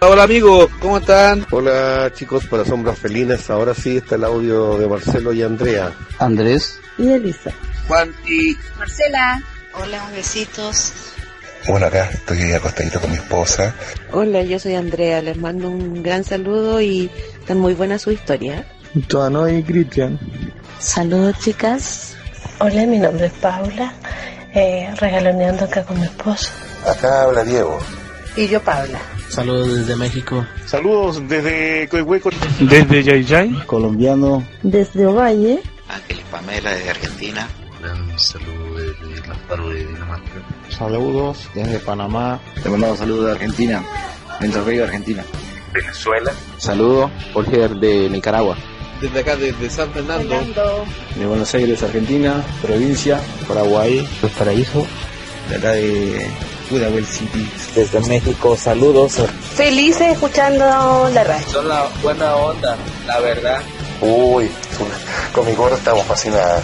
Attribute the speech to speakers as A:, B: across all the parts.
A: Hola amigos, ¿cómo están?
B: Hola chicos, para Sombras Felinas, ahora sí está el audio de Marcelo y Andrea.
C: Andrés.
D: Y Elisa.
A: Juan y...
E: Marcela. Hola, un besitos.
F: Bueno, acá estoy acostadito con mi esposa.
G: Hola, yo soy Andrea, les mando un gran saludo y están muy buena su historia.
H: Toano y Cristian.
I: Saludos chicas.
J: Hola, mi nombre es Paula, eh, regaloneando acá con mi esposo.
F: Acá habla Diego.
K: Y yo Paula.
L: Saludos desde México.
M: Saludos desde Coihueco.
N: Desde Yayay.
O: Colombiano.
D: Desde Ovalle.
P: Ángeles Pamela desde Argentina.
Q: Un saludo desde Lamparo de Dinamarca.
R: Saludos desde Panamá.
S: Te mandamos saludos de Argentina. Entre Río, Argentina.
T: Venezuela.
F: Saludos, Jorge de Nicaragua.
J: Desde acá, desde San Fernando. Fernando.
E: De Buenos Aires, Argentina. Provincia. Paraguay.
K: Los Paraíso.
A: De acá de Pudahuel City.
G: Desde México, saludos.
L: Felices escuchando la radio.
D: Son la buena onda, la verdad.
F: Uy, con mi gorro estamos fascinadas.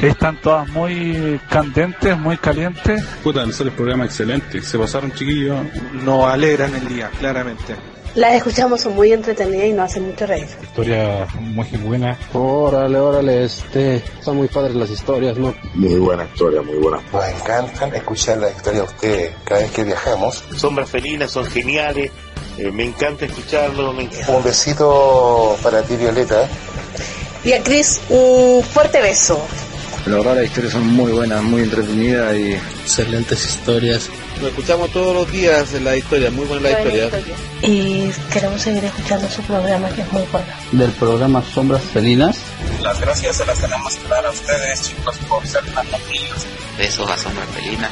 N: Están todas muy candentes, muy calientes.
I: Puta, les sale el programa excelente. Se pasaron chiquillos.
C: Nos alegran el día, claramente.
L: Las escuchamos, son muy entretenidas y nos hacen mucho reír.
I: Historia muy buena.
C: Órale, órale, este. Son muy padres las historias, ¿no?
F: Muy buena historia, muy buena.
B: Nos encantan escuchar las historias de ustedes cada vez que viajamos.
M: Sombras felinas, son geniales. Eh, me encanta escucharlo. Me encanta.
B: Un besito para ti, Violeta.
L: Y a Cris, un fuerte beso.
S: La verdad, las historias son muy buenas, muy entretenidas y.
C: Excelentes historias.
A: Lo escuchamos todos los días en la historia, muy buena la historia.
J: Y queremos seguir escuchando su programa que es muy bueno.
C: Del programa Sombras Felinas.
B: Las gracias se las tenemos que dar a ustedes, chicos, por ser tan amigos.
P: Besos a Sombras Felinas.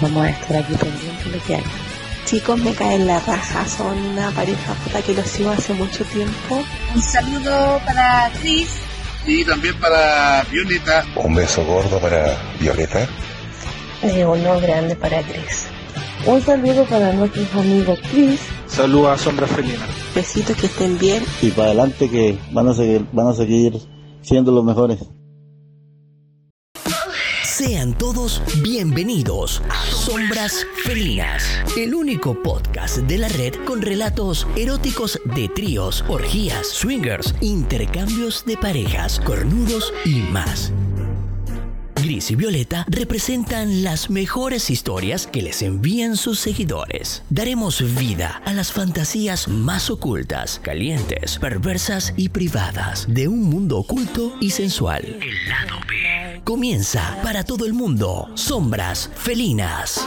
G: Vamos a estar aquí pendientes de lo que hagan. Chicos, me caen la raja, son una pareja puta que los sigo hace mucho tiempo.
E: Un saludo para Cris.
A: Y también para Violeta.
F: Un beso gordo para Violeta.
J: Y uno grande para Cris.
D: Un saludo para nuestros amigos Chris.
C: Saludos a Sombra Felina.
G: Besitos que estén bien.
K: Y para adelante que van a seguir, van a seguir siendo los mejores.
M: Sean todos bienvenidos a Sombras Felinas, el único podcast de la red con relatos eróticos de tríos, orgías, swingers, intercambios de parejas, cornudos y más. Gris y Violeta representan las mejores historias que les envían sus seguidores. Daremos vida a las fantasías más ocultas, calientes, perversas y privadas de un mundo oculto y sensual. El lado B. Comienza para todo el mundo. Sombras felinas.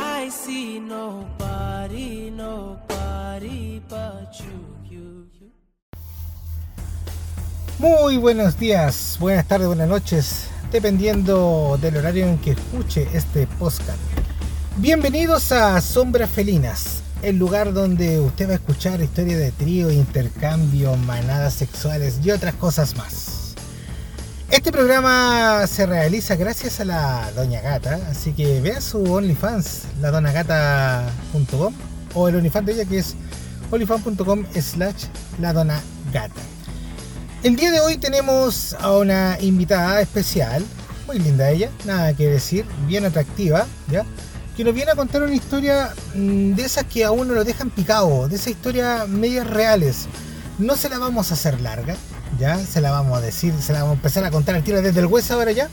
O: Muy buenos días, buenas tardes, buenas noches dependiendo del horario en que escuche este podcast. Bienvenidos a Sombras Felinas, el lugar donde usted va a escuchar historias de trío, intercambio, manadas sexuales y otras cosas más. Este programa se realiza gracias a la Doña Gata, así que vean su OnlyFans, ladonagata.com o el OnlyFans de ella que es onlyfans.com slash ladonagata. El día de hoy tenemos a una invitada especial, muy linda ella, nada que decir, bien atractiva, ¿ya? Que nos viene a contar una historia mm, de esas que a uno lo dejan picado, de esas historias medias reales. No se la vamos a hacer larga, ¿ya? Se la vamos a decir, se la vamos a empezar a contar al tiro desde el hueso ahora ya.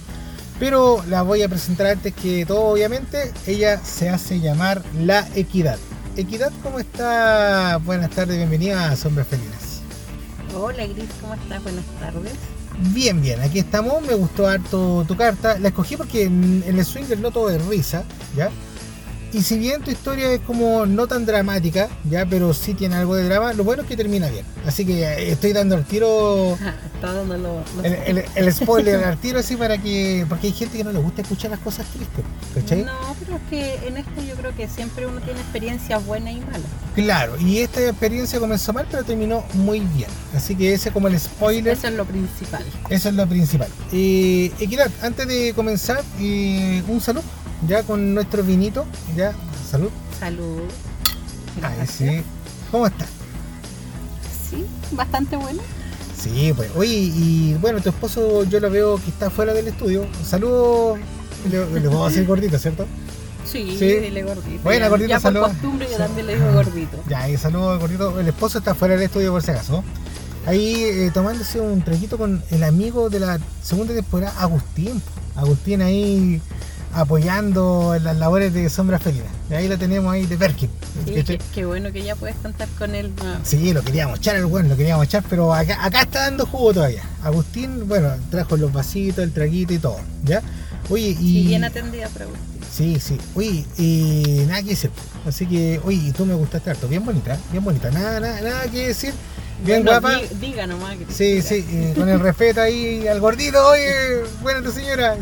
O: Pero la voy a presentar antes que todo, obviamente. Ella se hace llamar La Equidad. Equidad, ¿cómo está? Buenas tardes, bienvenida a Sombras Felinas.
G: Hola Gris, ¿cómo estás? Buenas tardes.
O: Bien, bien, aquí estamos. Me gustó harto tu carta. La escogí porque en, en el swinger no todo es risa, ¿ya? Y si bien tu historia es como no tan dramática, ¿ya? Pero sí tiene algo de drama, lo bueno es que termina bien. Así que eh, estoy dando al tiro.
T: Ah,
G: Todo no lo, no
O: el, el, el, spoiler al tiro, así para que. Porque hay gente que no le gusta escuchar las cosas tristes, ¿cachai?
G: No, pero es que en esto yo creo que siempre uno tiene experiencias buenas y malas.
O: Claro, y esta experiencia comenzó mal, pero terminó muy bien. Así que ese es como el spoiler.
G: Eso es lo principal.
O: Eso es lo principal. Eh, Equidad, antes de comenzar, eh, un saludo ya con nuestro vinito, ya, salud.
G: Salud.
O: Ay, sí. ¿Cómo está?
G: Sí, bastante bueno.
O: Sí, pues. Oye, y bueno, tu esposo yo lo veo que está fuera del estudio. Saludos. Le, le puedo hacer gordito, ¿cierto?
G: Sí, sí, dile gordito.
O: Buena,
G: ya,
O: gordito,
G: ya
O: salud.
G: Por costumbre, ya
T: Eso también lo dijo Gordito.
O: Ya, y saludo Gordito. El esposo está fuera del estudio por si acaso. Ahí eh, tomándose un traguito con el amigo de la segunda temporada, Agustín. Agustín ahí apoyando en las labores de Sombra Felina. De ahí lo tenemos ahí de Perkin.
T: Sí, qué, qué bueno que ya puedes contar con él. ¿no?
O: Sí, lo queríamos echar el bueno, lo queríamos echar, pero acá, acá está dando jugo todavía. Agustín, bueno, trajo los vasitos, el traguito y todo, ¿ya? Oye, y...
T: Sí, bien atendida, pero
O: Sí, sí. Oye, y nada que decir. Así que, oye, y tú me gustaste harto. Bien bonita, bien bonita. Nada, nada, nada que decir. Bien
T: Bueno,
O: guapa.
T: di- Diga nomás. que te
O: Sí,
T: diga.
O: sí, eh, con el respeto ahí al gordito, oye, buena tu señora.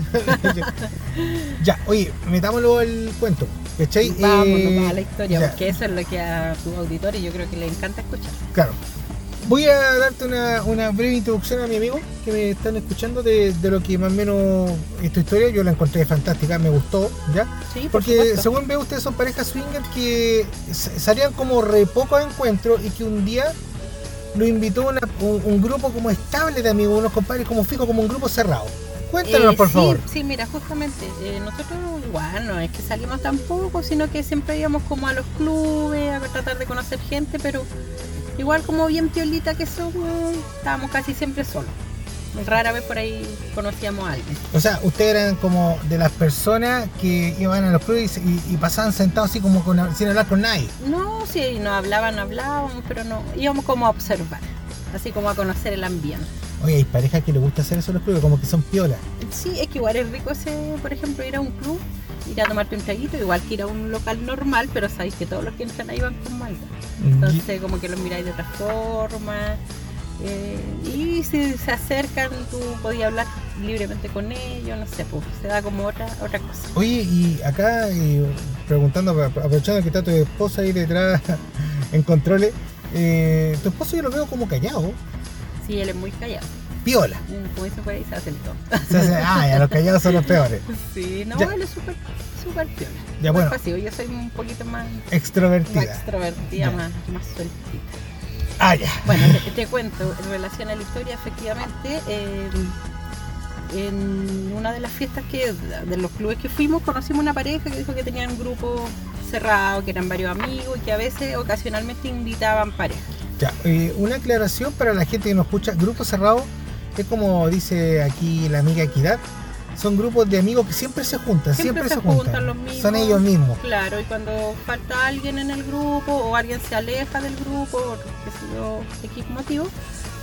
O: ya, oye, metámoslo al cuento, ¿cachai? Eh,
T: Vámonos a la historia,
O: ya,
T: porque eso es lo que a tu auditorio yo creo que le encanta escuchar.
O: Claro. Voy a darte una, una breve introducción a mi amigo que me están escuchando de, de lo que más o menos es tu historia. Yo la encontré fantástica, me gustó, ¿ya?
T: Sí, por
O: Porque
T: supuesto.
O: según veo, ustedes son parejas swinger que s- salían como re pocos encuentros y que un día lo invitó una- un, un grupo como estable de amigos, unos compadres como fijo, como un grupo cerrado. Cuéntanos,
T: Eh,
O: por
T: sí,
O: favor.
T: Sí, mira, justamente, eh, nosotros igual no es que salimos tampoco, sino que siempre íbamos como a los clubes a tratar de conocer gente, pero igual como bien piolita que somos, estábamos casi siempre solos. Rara vez por ahí conocíamos a alguien.
O: O sea, ustedes eran como de las personas que iban a los clubes y, y pasaban sentados así como con- sin hablar con nadie.
T: No, sí, no hablaban, hablábamos, pero no, íbamos como a observar, así como a conocer el ambiente.
O: Oye, hay parejas que les gusta hacer eso en los clubes, como que son piolas.
T: Sí, es que igual es rico ese, por ejemplo, ir a un club, ir a tomarte un traguito, igual que ir a un local normal, pero sabéis que todos los que entran ahí van con algo. Entonces como que los miráis de otra forma. eh, y si se acercan, tú podías hablar libremente con ellos, no sé, pues se da como otra, otra cosa.
O: Oye, y acá eh, preguntando, aprovechando que está tu esposa ahí detrás en controles, eh, tu esposo yo lo veo como callado,
T: Sí, él es muy callado.
O: piola.
T: Mm, Como dice por ahí, se hace el tonto.
O: Se hace- ah, ya los callados son los peores.
T: Sí, no,
O: Ya.
T: él es súper, súper piola.
O: Ya,
T: Más
O: bueno.
T: pasivo, yo soy un poquito más, más
O: Extrovertida.
T: extrovertida,
O: Ya.
T: más, más sueltita.
O: Ah, ya.
T: Bueno, te, te cuento, en relación a la historia, efectivamente, eh, en una de las fiestas que, de los clubes que fuimos, conocimos una pareja que dijo que tenían un grupo cerrado, que eran varios amigos y que a veces ocasionalmente invitaban parejas.
O: Ya, eh, una aclaración para la gente que nos escucha, grupo cerrado es como dice aquí la amiga Equidad, son grupos de amigos que siempre se juntan, siempre, se, juntan,
T: los mismos.
O: son ellos mismos.
T: Claro, y cuando falta alguien en el grupo o alguien se aleja del grupo, o qué sé yo, X motivo,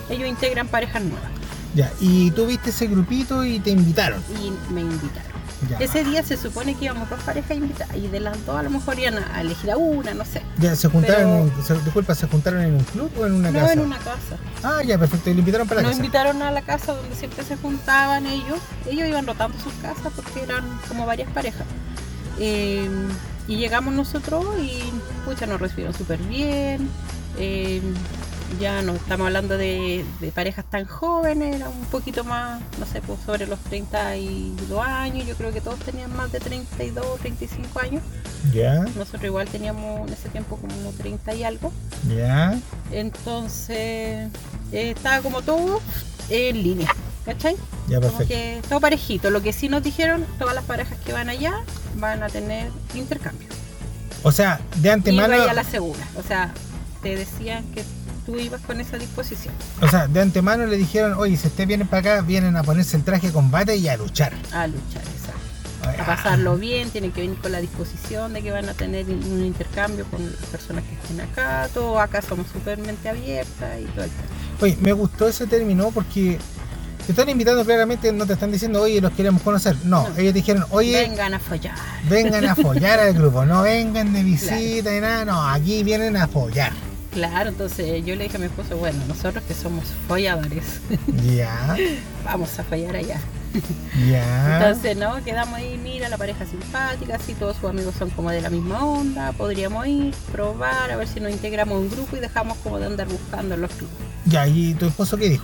T: ellos integran parejas nuevas
O: Ya, y tú viste ese grupito y te invitaron.
T: y me invitaron.
O: Ya.
T: Ese día se supone que íbamos dos parejas invitadas y de las dos a lo mejor iban a a elegir a una, no sé.
O: Ya, se juntaron, en- se- disculpa, se juntaron en un club o en una
T: no
O: casa.
T: en una casa.
O: Ah, ya, perfecto, y lo invitaron para la
T: Nos
O: casa.
T: invitaron a la casa donde siempre se juntaban ellos. Ellos iban rotando sus casas porque eran como varias parejas. Eh, y llegamos nosotros y pucha, nos recibieron súper bien. Eh, ya no estamos hablando de, de parejas tan jóvenes, era un poquito más, no sé, pues sobre los 32 años. Yo creo que todos tenían más de 32, 35 años.
O: Ya,
T: Nosotros igual teníamos en ese tiempo como 30 y algo.
O: ya.
T: Entonces eh, estaba como todo en línea, ¿cachai?
O: Ya,
T: Como
O: perfecto.
T: que todo parejito. Lo que sí nos dijeron, todas las parejas que van allá van a tener intercambio.
O: O sea, de
T: y
O: antemano,
T: vaya a la segura. O sea, te decían que tú ibas con esa disposición
O: o sea, de antemano le dijeron, oye, si ustedes vienen para acá, vienen a ponerse el traje de combate y a luchar. Ah,
T: a luchar, exacto.
O: Ay,
T: A pasarlo bien, tienen que venir con la disposición de que van a tener un intercambio con las personas que estén acá. Todo acá somos súper mente abierta y todo el tema.
O: Oye, me gustó ese término porque te están invitando claramente, no te están diciendo, oye, los queremos conocer. No, ellos dijeron, oye,
T: Vengan a follar.
O: vengan a follar al grupo, no vengan de visita y nada, no, aquí vienen a follar.
T: Claro, entonces yo le dije a mi esposo, bueno, nosotros que somos folladores,
O: Ya,
T: vamos a follar allá.
O: ya.
T: Entonces, ¿no? Quedamos ahí, mira, la pareja simpática, si todos sus amigos son como de la misma onda, podríamos ir, probar, a ver si nos integramos a un grupo y dejamos como de andar buscando en los clubes.
O: Ya, ¿y tu esposo qué dijo?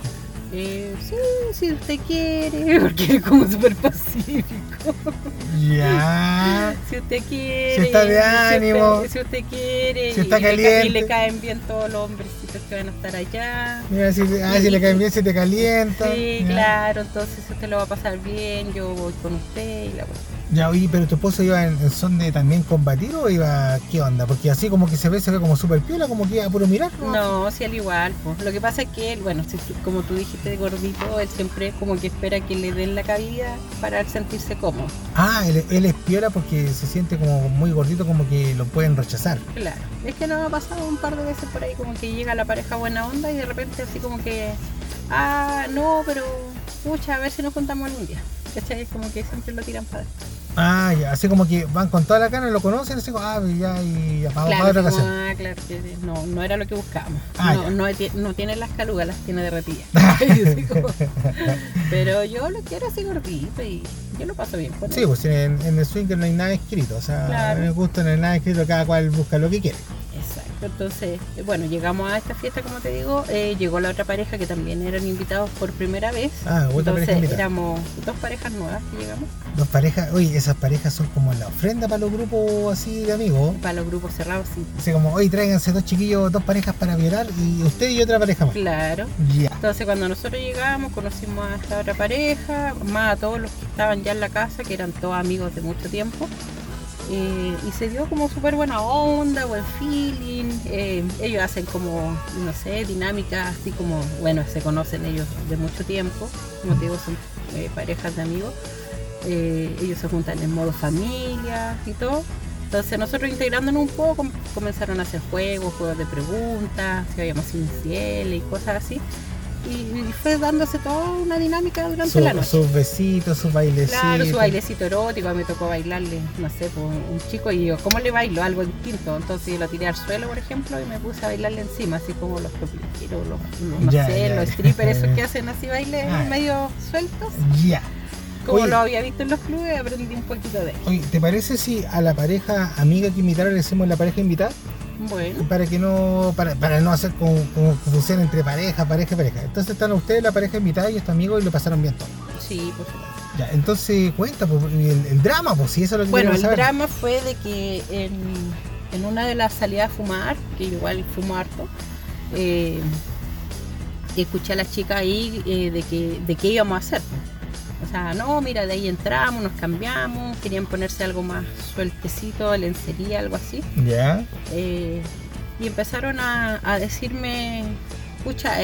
T: Eh, sí, si usted quiere, porque es como súper pacífico.
O: Ya.
T: Si usted quiere.
O: Si está de ánimo.
T: Si usted, si usted quiere.
O: Si está
T: y le ca-
O: caliente.
T: Y le caen bien todos los hombrecitos que van a estar allá.
O: Mira, si, ah, si le caen bien, si te calienta.
T: Sí,
O: ya.
T: claro, entonces usted lo va a pasar bien, yo voy con usted y la cuestión.
O: Ya, oye, pero tu esposo iba en, en son de también combatir o iba. ¿Qué onda? Porque así como que se ve, se ve como súper piola, como que iba a puro mirar.
T: No, si al igual. pues. Lo que pasa es que él, bueno, si- si- como tú dijiste, gordito, él siempre como que espera que le den la cabida para él sentirse cómodo.
O: Ah, él, él es piola porque se siente como muy gordito, como que lo pueden rechazar.
T: Claro, es que nos ha pasado un par de veces por ahí como que llega la pareja buena onda y de repente así como que, ah, no, pero pucha, a ver si nos juntamos algún día. ¿Cachai? Es como que siempre lo tiran para adelante.
O: Ah, ya, así como que van con toda la cara, lo conocen, así como, ah, ya, y ya, para, para otra
T: Claro, como,
O: ocasión.
T: ah, claro, sí, sí, no, no era lo que buscábamos.
O: Ah,
T: no,
O: ya.
T: no, ti- no tiene las calugas, las tiene derretidas. pero yo lo quiero así gordito y yo lo paso bien con
O: Sí,
T: él.
O: pues en, en el swinger no hay nada escrito, o sea,
T: Claro.
O: en el gusto no hay nada escrito, cada cual busca lo que quiere.
T: Exacto, entonces, eh, bueno, llegamos a esta fiesta, como te digo, eh, llegó la otra pareja que también eran invitados por primera vez.
O: Ah, otra pareja
T: entonces
O: invitada.
T: éramos dos parejas nuevas que llegamos
O: Dos parejas, oye, esas parejas son como la ofrenda para los grupos así de amigos.
T: para los grupos cerrados, sí.
O: Así como, oye, tráiganse dos chiquillos, dos parejas para violar y usted y otra pareja más.
T: Claro.
O: Ya.
T: Entonces cuando nosotros llegamos conocimos a esta otra pareja, más a todos los que estaban ya en la casa, que eran todos amigos de mucho tiempo. Eh, y se dio como súper buena onda, buen feeling. Eh, ellos hacen como, no sé, dinámicas así como, bueno, se conocen ellos de mucho tiempo. Como te digo, son eh, parejas de amigos. Eh, ellos se juntan en modo familia y todo. Entonces nosotros integrándonos un poco com- comenzaron a hacer juegos, juegos de preguntas, si habíamos sido infieles y cosas así. Y, y fue dándose toda una dinámica durante
O: Su-
T: la noche.
O: sus besitos, sus bailecitos.
T: Claro, su bailecito erótico, a mí me tocó bailarle, no sé, por un chico y yo, ¿cómo le bailo? Algo distinto. Entonces yo lo tiré al suelo, por ejemplo, y me puse a bailarle encima, así como los copileros, los, los- no
O: Ya,
T: sé,
O: ya,
T: los
O: ya.
T: strippers, esos que hacen así bailes
O: Ah.
T: medio sueltos.
O: Ya.
T: Como
O: Oye.
T: lo había visto en los clubes, aprendí un poquito de él.
O: Oye, ¿te parece si a la pareja amiga que invitaron le decimos la pareja invitada?
T: Bueno.
O: Para que no, para, para no hacer como, como confusión entre pareja, pareja, pareja. Entonces están ustedes, la pareja invitada y estos amigos y lo pasaron bien todo.
T: Sí, por supuesto.
O: Ya, entonces cuenta pues, y el, el drama, pues si eso es lo que
T: Bueno, el
O: queremos saber.
T: drama fue de que en, en una de las salidas a fumar, que igual fumo harto, eh, escuché a la chica ahí eh, de, que, de qué íbamos a hacer. pues. O sea, no, mira, de ahí entramos, nos cambiamos, querían ponerse algo más sueltecito, lencería, algo así.
O: Ya.
T: Eh, y empezaron a, a decirme, escucha,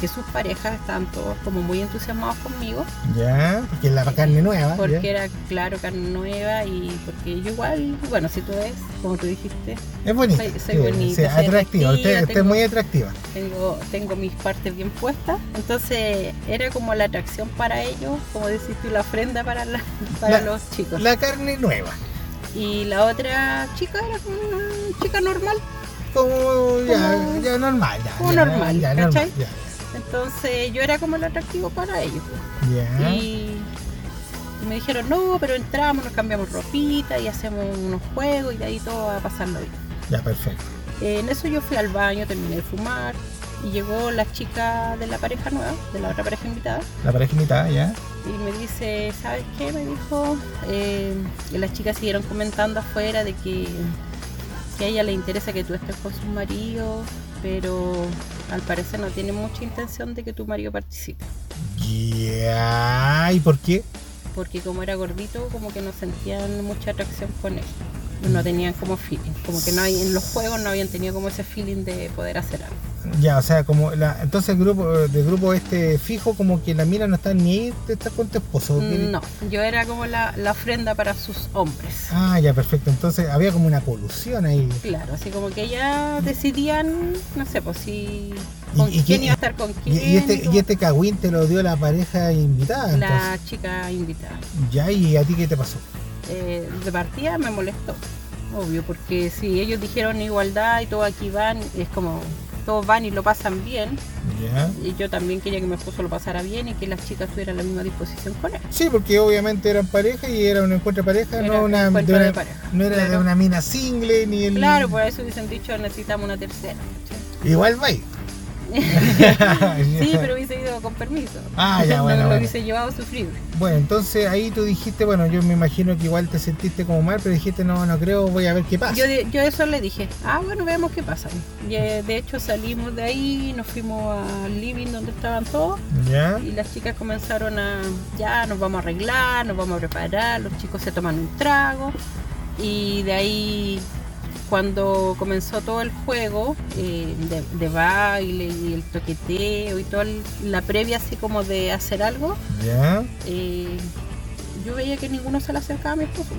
T: que sus parejas estaban todos como muy entusiasmados conmigo
O: Ya, porque la carne nueva. Ah, ya.
T: porque era claro carne nueva y porque yo igual, bueno, si tú ves, como tú dijiste,
O: Es bonita.
T: soy, soy
O: sí,
T: bonita,
O: sí,
T: soy
O: atractiva. Usted, usted es
T: tengo-
O: muy atractiva.
T: Tengo, tengo mis partes bien puestas, entonces era como la atracción para ellos, como decís tú, la ofrenda para, la- para
O: La-
T: los chicos.
O: La carne nueva.
T: Y la otra chica era como una chica normal,
O: Como ya,
T: Como-
O: ya normal. Ya,
T: como
O: ya,
T: normal,
O: ya,
T: ¿cachai?
O: normal, ya.
T: entonces yo era como el atractivo para ellos.
O: Ya.
T: Y y me dijeron, no, pero entramos, nos cambiamos ropita y hacemos unos juegos y de ahí todo va pasando bien.
O: Ya, perfecto.
T: Eh, en eso yo fui al baño, terminé de fumar y llegó la chica de la pareja nueva, de la otra pareja invitada,
O: La pareja invitada, ya.
T: y me dice, ¿sabes qué? Me dijo, eh, que las chicas siguieron comentando afuera de que, que a ella le interesa que tú estés con su marido, pero al parecer no tiene mucha intención de que tu marido participe,
O: Ya. ¿Y por qué?
T: porque como era gordito, como que no sentían mucha atracción con él. No tenían como feeling, como que no hay, en los juegos no habían tenido como ese feeling de poder hacer algo.
O: Ya, o sea, como la, entonces el grupo, del grupo este fijo, como que la mira no está ni ahí de estar con tu esposo. ¿quiere?
T: No, yo era como la, la ofrenda para sus hombres.
O: Ah, ya, perfecto. Entonces había como una colusión ahí.
T: Claro, así como que ya decidían, no sé, pues si
O: ¿Y-
T: con
O: y
T: quién
O: qué-
T: iba a estar con
O: Y,
T: quién.
O: y este,
T: y todo.
O: y este cagüín te lo dio la pareja invitada.
T: la chica invitada.
O: entonces. Ya, ¿y a ti qué te pasó?
T: Eh, de partida me molestó, obvio, porque si ellos dijeron igualdad y todos aquí van, es como todos van y lo pasan bien.
O: Ya.
T: Y yo también quería que mi esposo lo pasara bien y que las chicas tuvieran la misma disposición con él.
O: Sí, porque obviamente eran pareja y era un encuentro de pareja,
T: Era
O: no,
T: un
O: una,
T: encuentro
O: de
T: de
O: una-
T: pareja,
O: no era de
T: claro. pues.
O: una mina single ni el.
T: Claro, por eso hubiesen dicho necesitamos una tercera.
O: Igual va ahí.
T: sí, pero hubiese ido con permiso.
O: Ah, ya, bueno,
T: No lo
O: bueno.
T: hubiese llevado sufrido.
O: Bueno, entonces ahí tú dijiste, bueno, yo me imagino que igual te sentiste como mal, pero dijiste, no, no creo, voy a ver qué pasa.
T: Yo, de- yo eso le dije, ah, bueno, veamos qué pasa. Y, eh, de hecho, salimos de ahí, nos fuimos al living donde estaban todos.
O: Ya.
T: Y las chicas comenzaron a, ya, nos vamos a arreglar, nos vamos a preparar, los chicos se toman un trago. Y de ahí, cuando comenzó todo el juego eh, de, de baile y el toqueteo y toda el- la previa así como de hacer algo,
O: Ya.
T: eh, yo veía que ninguno se le acercaba a mi esposo.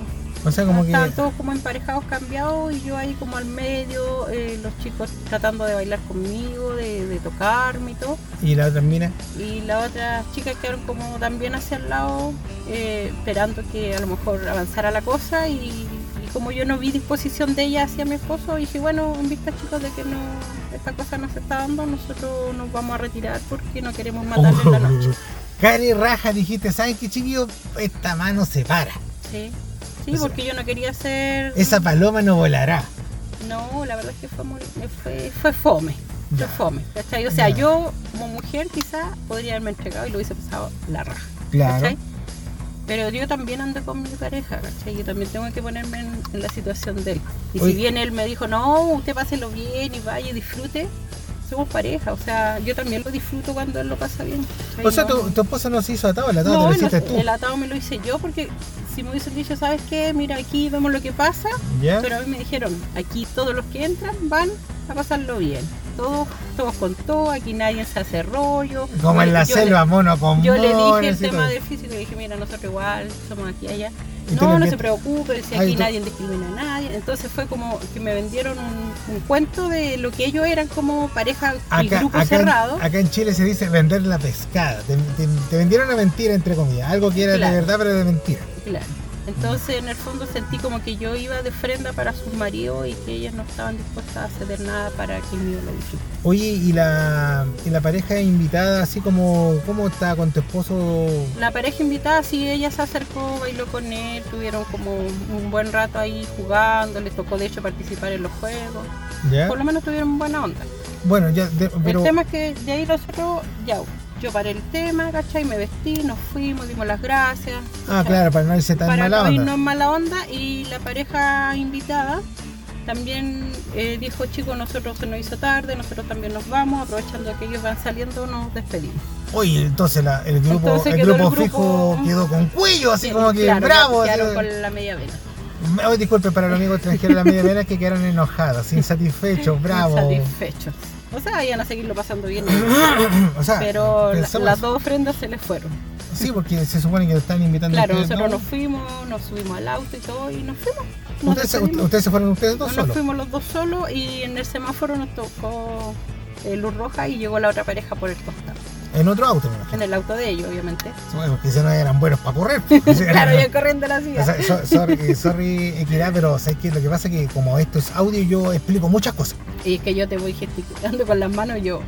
O: O sea, como que-
T: Estaban todos como emparejados, cambiados, y yo ahí como al medio, eh, los chicos tratando de bailar conmigo, de, de tocarme y todo.
O: Y la otra mina,
T: Y las otras chicas quedaron como también hacia el lado, eh, esperando que a lo mejor avanzara la cosa. Y, y como yo no vi disposición de ella hacia mi esposo, dije, bueno, en vista chicos de que no esta cosa no se está dando, nosotros nos vamos a retirar porque no queremos matarle la
O: Oh.
T: noche.
O: Cari Raja, dijiste, ¿saben qué chiquillo? Esta mano se para.
T: Sí, sí porque yo no quería ser...
O: Esa paloma no volará.
T: No, la verdad es que fue, muy- eh, fue, fue fome. Fue fome. ¿cachai? O sea,
O: Ya.
T: yo como mujer quizá podría haberme entregado y lo hubiese pasado la raja.
O: Claro.
T: ¿cachai? Pero yo también ando con mi pareja, ¿cachai? Yo también tengo que ponerme en, en la situación de él. Y
O: Oye.
T: si bien él me dijo, no, usted páselo bien y vaya y disfrute, somos pareja. O sea, yo también lo disfruto cuando él lo pasa bien. ¿cachai?
O: O sea,
T: No-
O: tu, tu esposo no se hizo atado, el atado
T: no,
O: te lo
T: el-
O: hiciste tú.
T: el atado me lo hice yo porque si me hubiesen dicho, ¿sabes qué? Mira, aquí vemos lo que pasa.
O: Ya.
T: Pero a mí me dijeron, aquí todos los que entran van a pasarlo bien. Todos, todos con todo, aquí nadie se hace rollo.
O: Como en la
T: Yo le-
O: selva, mono con
T: Yo le
O: mono,
T: dije el
O: así
T: tema
O: todo.
T: del físico, le dije, mira, nosotros igual somos aquí y allá.
O: Y tú
T: No,
O: le
T: no se
O: metes-
T: preocupen, si
O: Ay,
T: aquí
O: tú-
T: nadie discrimina a nadie. Entonces fue como que me vendieron un, un cuento de lo que ellos eran como pareja, el
O: Acá,
T: grupo
O: acá en-
T: cerrado.
O: acá en Chile se dice vender la pescada. Te, te- te vendieron una mentira, entre comillas. Algo que era
T: Claro.
O: de verdad, pero de mentira.
T: Claro. Entonces, en el fondo sentí como que yo iba de ofrenda para sus maridos y que ellas no estaban dispuestas a ceder nada para que el mío lo disfrute.
O: Oye, ¿y la, y la pareja invitada, así como, cómo está con tu esposo?
T: La pareja invitada, sí, ella se acercó, bailó con él, tuvieron como un buen rato ahí jugando, les tocó de hecho participar en los juegos.
O: ¿Ya?
T: Por lo menos tuvieron buena onda.
O: Bueno, ya, de- pero...
T: El tema es que de ahí nosotros, ya, yo paré el tema, ¿cachai? Me vestí, nos fuimos, dimos las gracias.
O: Ah, claro, para no irse tan
T: para
O: mala
T: no
O: onda.
T: irnos en mala onda y la pareja invitada también eh, dijo chicos nosotros se nos hizo tarde nosotros también nos vamos aprovechando que ellos van saliendo nos despedimos
O: Oye, entonces la- el grupo,
T: Entonces
O: el
T: quedó el
O: grupo
T: grupo-
O: fijo quedó con cuello, así
T: Sí,
O: como que
T: claro,
O: bravo.
T: quedaron
O: así-
T: con la media vena
O: Oh, disculpe para los amigos extranjeros, las media veras que quedaron enojados, insatisfechos, bravos.
T: satisfechos o sea iban a seguirlo pasando bien
O: O sea,
T: pero la-
O: pensamos-
T: las dos ofrendas se les fueron
O: Sí, porque se supone que lo están invitando
T: claro
O: ustedes
T: nosotros
O: dos.
T: nos fuimos nos subimos al auto y todo y nos fuimos nos
O: Ustedes, se-
T: despedimos.
O: ustedes se fueron ustedes dos
T: Nos
O: solos.
T: fuimos los dos solos y en el semáforo nos tocó eh, luz roja y llegó la otra pareja por el costado
O: En otro auto, me imagino.
T: en el auto de ellos obviamente
O: Bueno, porque si no eran buenos para correr. claro,
T: Claro, yo corriendo la
O: O sea,
T: ciudad.
O: so- sorry, sorry, Equidad, pero o sea, es que lo que pasa es que como esto es audio, yo explico muchas cosas.
T: Y es que yo te voy gesticulando con las manos yo.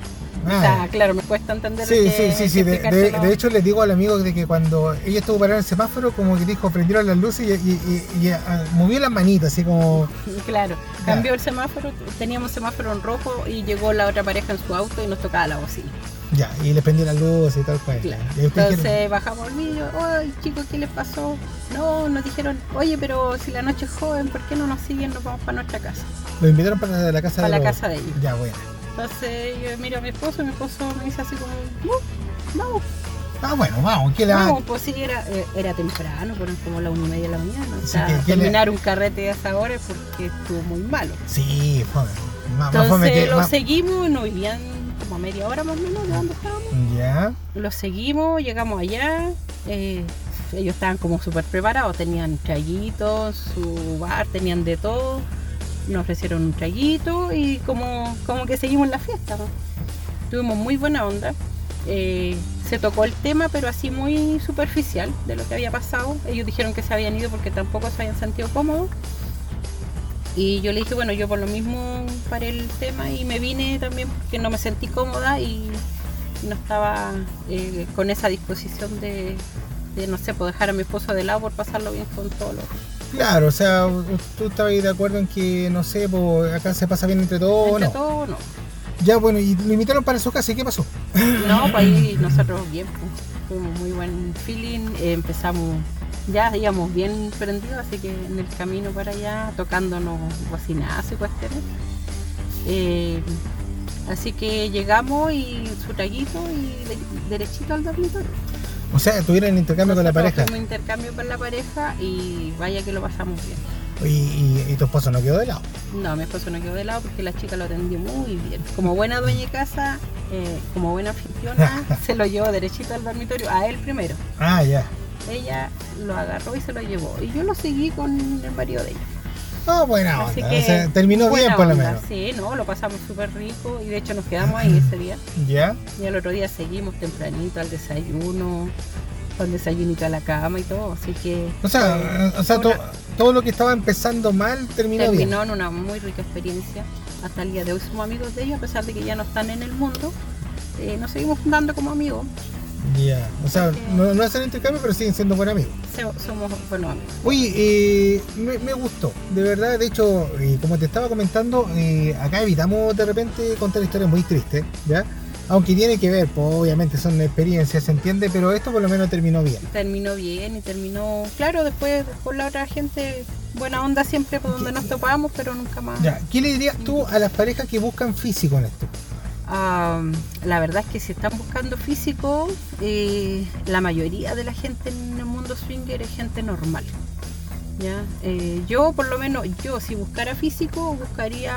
T: O sea, claro, me cuesta entender
O: Ah, Sí,
T: que-
O: sí, sí, sí.
T: que
O: De, de-
T: explicárselo.
O: de hecho, les digo al amigo de que cuando ella estuvo parada en el semáforo, como que dijo, prendieron las luces y, y- y- y, ah, movió las manitas, así como.
T: Claro, cambió el semáforo, teníamos semáforo en rojo y llegó la otra pareja en su auto y nos tocaba la bocina.
O: Ya, y les prendió las luces y tal cual. Y ahí ustedes
T: Entonces
O: dijeron,
T: bajamos el vídeo, ay chicos, ¿qué les pasó? No, nos dijeron, oye, pero si la noche es joven, ¿por qué no nos siguen? Nos vamos para nuestra casa.
O: lo invitaron para la casa
T: Para
O: de
T: la
O: los-
T: casa de ellos.
O: Ya, bueno.
T: Entonces yo miro a mi esposo y mi esposo me dice así como, "No, vamos.
O: Ah, bueno, vamos, ¿qué le va-
T: No, pues sí, era, eh, era temprano, fueron como las una y media de la mañana. O
O: Así
T: sea,
O: que, ¿qué le-
T: terminar un carrete a esa hora es porque estuvo muy malo.
O: Sí, fue. Más, más fome que-
T: Entonces lo
O: más-
T: seguimos, nos vivían como a media hora más o menos de donde estábamos.
O: Ya.
T: Lo seguimos, llegamos allá. eh, ellos estaban como súper preparados, tenían traguitos, su bar, tenían de todo. Nos ofrecieron un traguito y como, como que seguimos la fiesta. ¿no? Tuvimos muy buena onda. eh, se tocó el tema, pero así muy superficial de lo que había pasado. Ellos dijeron que se habían ido porque tampoco se habían sentido cómodos. Y yo le dije, bueno, yo por lo mismo paré el tema y me vine también porque no me sentí cómoda y no estaba eh, con esa disposición de, de, no sé, por dejar a mi esposo de lado por pasarlo bien con todo lo
O: Claro, o sea, tú estabas de acuerdo en que, no sé, po, acá se pasa bien entre todos,
T: Entre
O: ¿no?
T: todo, no.
O: Ya, bueno, y lo invitaron para su casa, ¿y qué pasó?
T: No, pues ahí nosotros bien, pues, tuvimos muy buen feeling, eh, empezamos, ya íbamos bien prendidos, así que en el camino para allá, tocándonos bocinazos y cuestiones. Eh, así que llegamos y su traguito y de- derechito al dormitorio.
O: O sea, tuvieron intercambio con la pareja.
T: Tuvimos intercambio con la pareja y vaya que lo pasamos bien.
O: Y, y- y tu esposo no quedó de lado.
T: No, mi esposo no quedó de lado porque la chica lo atendió muy bien. Como buena dueña de casa, eh, como buena anfitriona, se lo llevó derechito al dormitorio, a él primero.
O: Ah, ya.
T: Ella lo agarró y se lo llevó. Y yo lo seguí con el marido de ella.
O: Ah, buena
T: Así
O: onda.
T: que,
O: o sea, terminó
T: buena
O: bien por lo
T: onda.
O: menos.
T: Sí, no, lo pasamos súper rico y de hecho nos quedamos ahí ese día.
O: Ya.
T: Y al otro día seguimos tempranito al desayuno, al desayunito a la cama y todo. Así que
O: O sea, o sea to- todo lo que estaba empezando mal terminó,
T: terminó
O: bien.
T: en una muy rica experiencia. Hasta el día de hoy somos amigos de ellos, a pesar de que ya no están en el mundo. eh, nos seguimos juntando como amigos.
O: Ya. O sea, no, no hacen intercambio, pero siguen siendo buenos amigos.
T: Se- Somos buenos amigos.
O: Oye, eh, me, me gustó, de verdad, de hecho, eh, como te estaba comentando, eh, acá evitamos de repente contar historias muy tristes, ¿ya? Aunque tiene que ver, pues obviamente son experiencias, se entiende, pero esto por lo menos terminó bien.
T: Terminó bien y terminó, claro, después con la otra gente, buena onda siempre por donde nos topábamos, pero nunca más.
O: Ya, ¿qué le dirías tú a las parejas que buscan físico en esto?
T: Ah, la verdad es que si están buscando físico, eh, la mayoría de la gente en el mundo swinger es gente normal. ¿ya? Eh, yo, por lo menos, yo si buscara físico, buscaría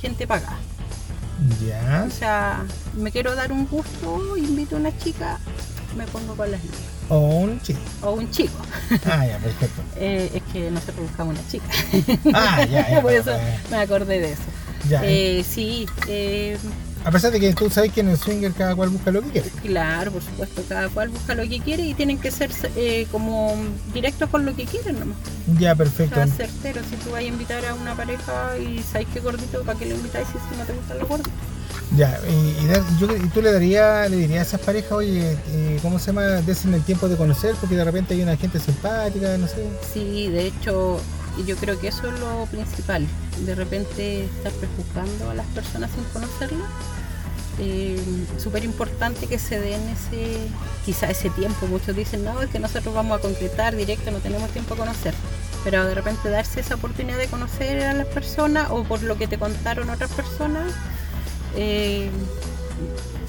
T: gente pagada.
O: Ya.
T: O sea, me quiero dar un gusto, invito a una chica, me pongo con las niñas.
O: O un chico.
T: O un chico.
O: Ah, ya, perfecto.
T: Eh, es que nosotros buscamos una chica.
O: Ah, ya, ya,
T: Por
O: ya,
T: eso
O: ya.
T: me acordé de eso.
O: Ya.
T: Eh, sí, eh,
O: A pesar de que tú sabes que en el swinger cada cual busca lo que quiere.
T: Claro, por supuesto, cada cual busca lo que quiere y tienen que ser eh, como directos con lo que quieren nomás.
O: Ya,
T: O
O: perfecto.
T: sea, certero, si tú vas a invitar a una pareja y sabes que es gordito, ¿para qué lo invitáis si es que no te gustan los gordos?
O: Ya, y, y dar- yo- y tú le darías, le dirías a esas parejas, oye, eh, ¿cómo se llama? Desen el tiempo de conocer, porque de repente hay una gente simpática, no sé.
T: Sí, de hecho, yo creo que eso es lo principal. De repente estar prejuzgando a las personas sin conocerlas. Eh, Súper importante que se den ese, quizá ese tiempo. Muchos dicen, no, es que nosotros vamos a concretar directo, no tenemos tiempo a conocer. Pero de repente darse esa oportunidad de conocer a las personas o por lo que te contaron otras personas, eh,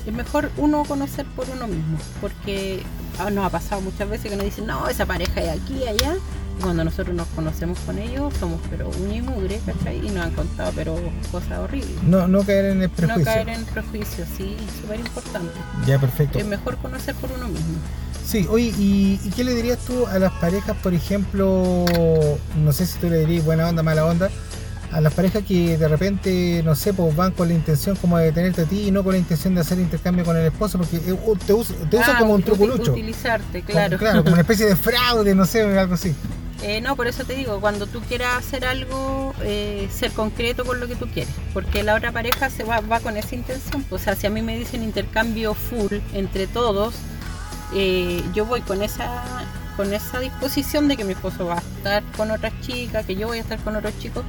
T: es mejor uno conocer por uno mismo, porque ah, nos ha pasado muchas veces que nos dicen, no, esa pareja es aquí, allá. Y Cuando nosotros nos conocemos con ellos, somos pero uña y mugre, ¿cachai? Y nos han contado pero cosas horribles.
O: No, no caer en el
T: No
O: prejuicio.
T: caer en prejuicios, sí, súper importante.
O: Ya, perfecto.
T: Es mejor conocer por uno mismo.
O: Sí, oye, ¿y, y qué le dirías tú a las parejas, por ejemplo, no sé si tú le dirías buena onda, mala onda, a las parejas que de repente, no sé, pues van con la intención como de tenerte a ti y no con la intención de hacer intercambio con el esposo, porque eh, u- te, usa, te usa
T: Ah,
O: como un
T: uti-
O: truculucho.
T: Utilizarte,
O: Como-
T: claro.
O: Claro, como una especie de fraude, no sé, algo así.
T: Eh, no, por eso te digo, cuando tú quieras hacer algo, eh, ser concreto con lo que tú quieres, porque la otra pareja se va, va con esa intención. O sea, si a mí me dicen intercambio full entre todos, eh, yo voy con esa con esa disposición de que mi esposo va a estar con otras chicas, que yo voy a estar con otros chicos,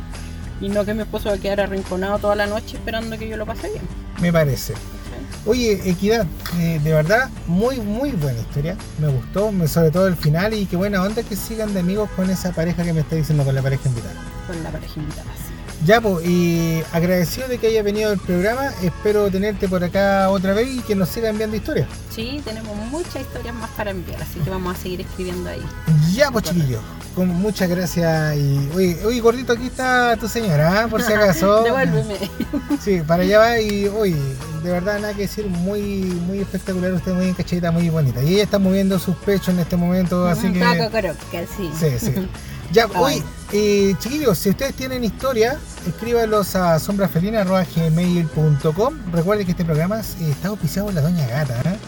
T: y no que mi esposo va a quedar arrinconado toda la noche esperando que yo lo pase bien.
O: Me parece. Oye, Equidad, eh, de verdad, muy, muy buena historia. Me gustó, me- sobre todo el final y qué buena onda que sigan de amigos con esa pareja que me está diciendo con la pareja invitada.
T: Con la pareja invitada. sí.
O: Ya, pues, y agradecido de que hayas venido al programa. Espero tenerte por acá otra vez y que nos sigan enviando historias.
T: Sí, tenemos muchas historias más para enviar, así que vamos a seguir escribiendo ahí.
O: Ya, pues, chiquillos. Con muchas gracias. Y, oye, oye, gordito, aquí está tu señora, ¿ah? por si acaso.
T: Devuélveme.
O: Sí, para allá va y hoy, de verdad nada que decir, muy muy espectacular usted, muy encacheta, muy bonita. Y ella está moviendo sus pechos en este momento, así que...
T: Paco Coroca, sí.
O: Sí, sí. Ya,
T: Está
O: hoy, eh, chiquillos, si ustedes tienen historia, escríbanlos a sombrasfelina.gmail.com. Recuerden que este programa es- eh, está auspiciado por la Doña Gata. ¿eh?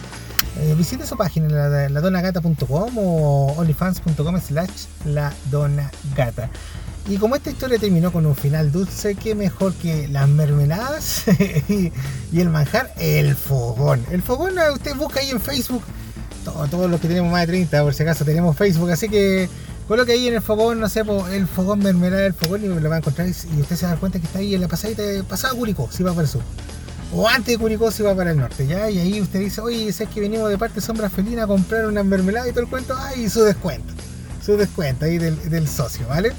O: Eh, visita su página, la- ladonagata.com o onlyfans.com slash ladonagata. Y como esta historia terminó con un final dulce, qué mejor que las mermeladas y, y el manjar, el fogón. El fogón ah, usted busca ahí en Facebook to- todos los que tenemos más de 30, por si acaso tenemos Facebook, así que coloque ahí en el fogón, no sé, po, el fogón mermelada del fogón y lo va a encontrar y y usted se va a dar cuenta que está ahí en la pasadita, pasada Curicó, si va para el sur. o antes de Curicó se va para el norte, ¿ya? Y ahí usted dice, oye, ¿sabes que venimos de parte de Sombra Felina a comprar una mermelada y todo el cuento? Ah, y su descuento, su descuento ahí del, del socio, ¿vale?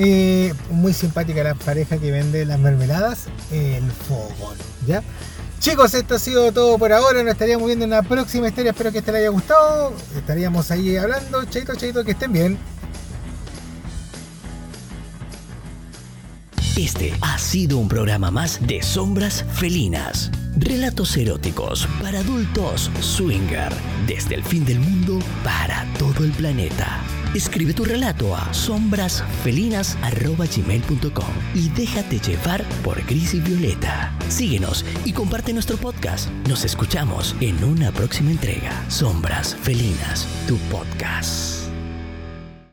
O: Eh, muy simpática la pareja que vende las mermeladas, el fogón, ¿ya? Chicos, esto ha sido todo por ahora. Nos estaríamos viendo en la próxima historia. Espero que este le haya gustado. Estaríamos ahí hablando. Chaito, chaito, que estén bien.
M: Este ha sido un programa más de Sombras Felinas. Relatos eróticos para adultos swinger. Desde el fin del mundo para todo el planeta. Escribe tu relato a sombrasfelinas.com y déjate llevar por Gris y Violeta. Síguenos y comparte nuestro podcast. Nos escuchamos en una próxima entrega. Sombras Felinas, tu podcast.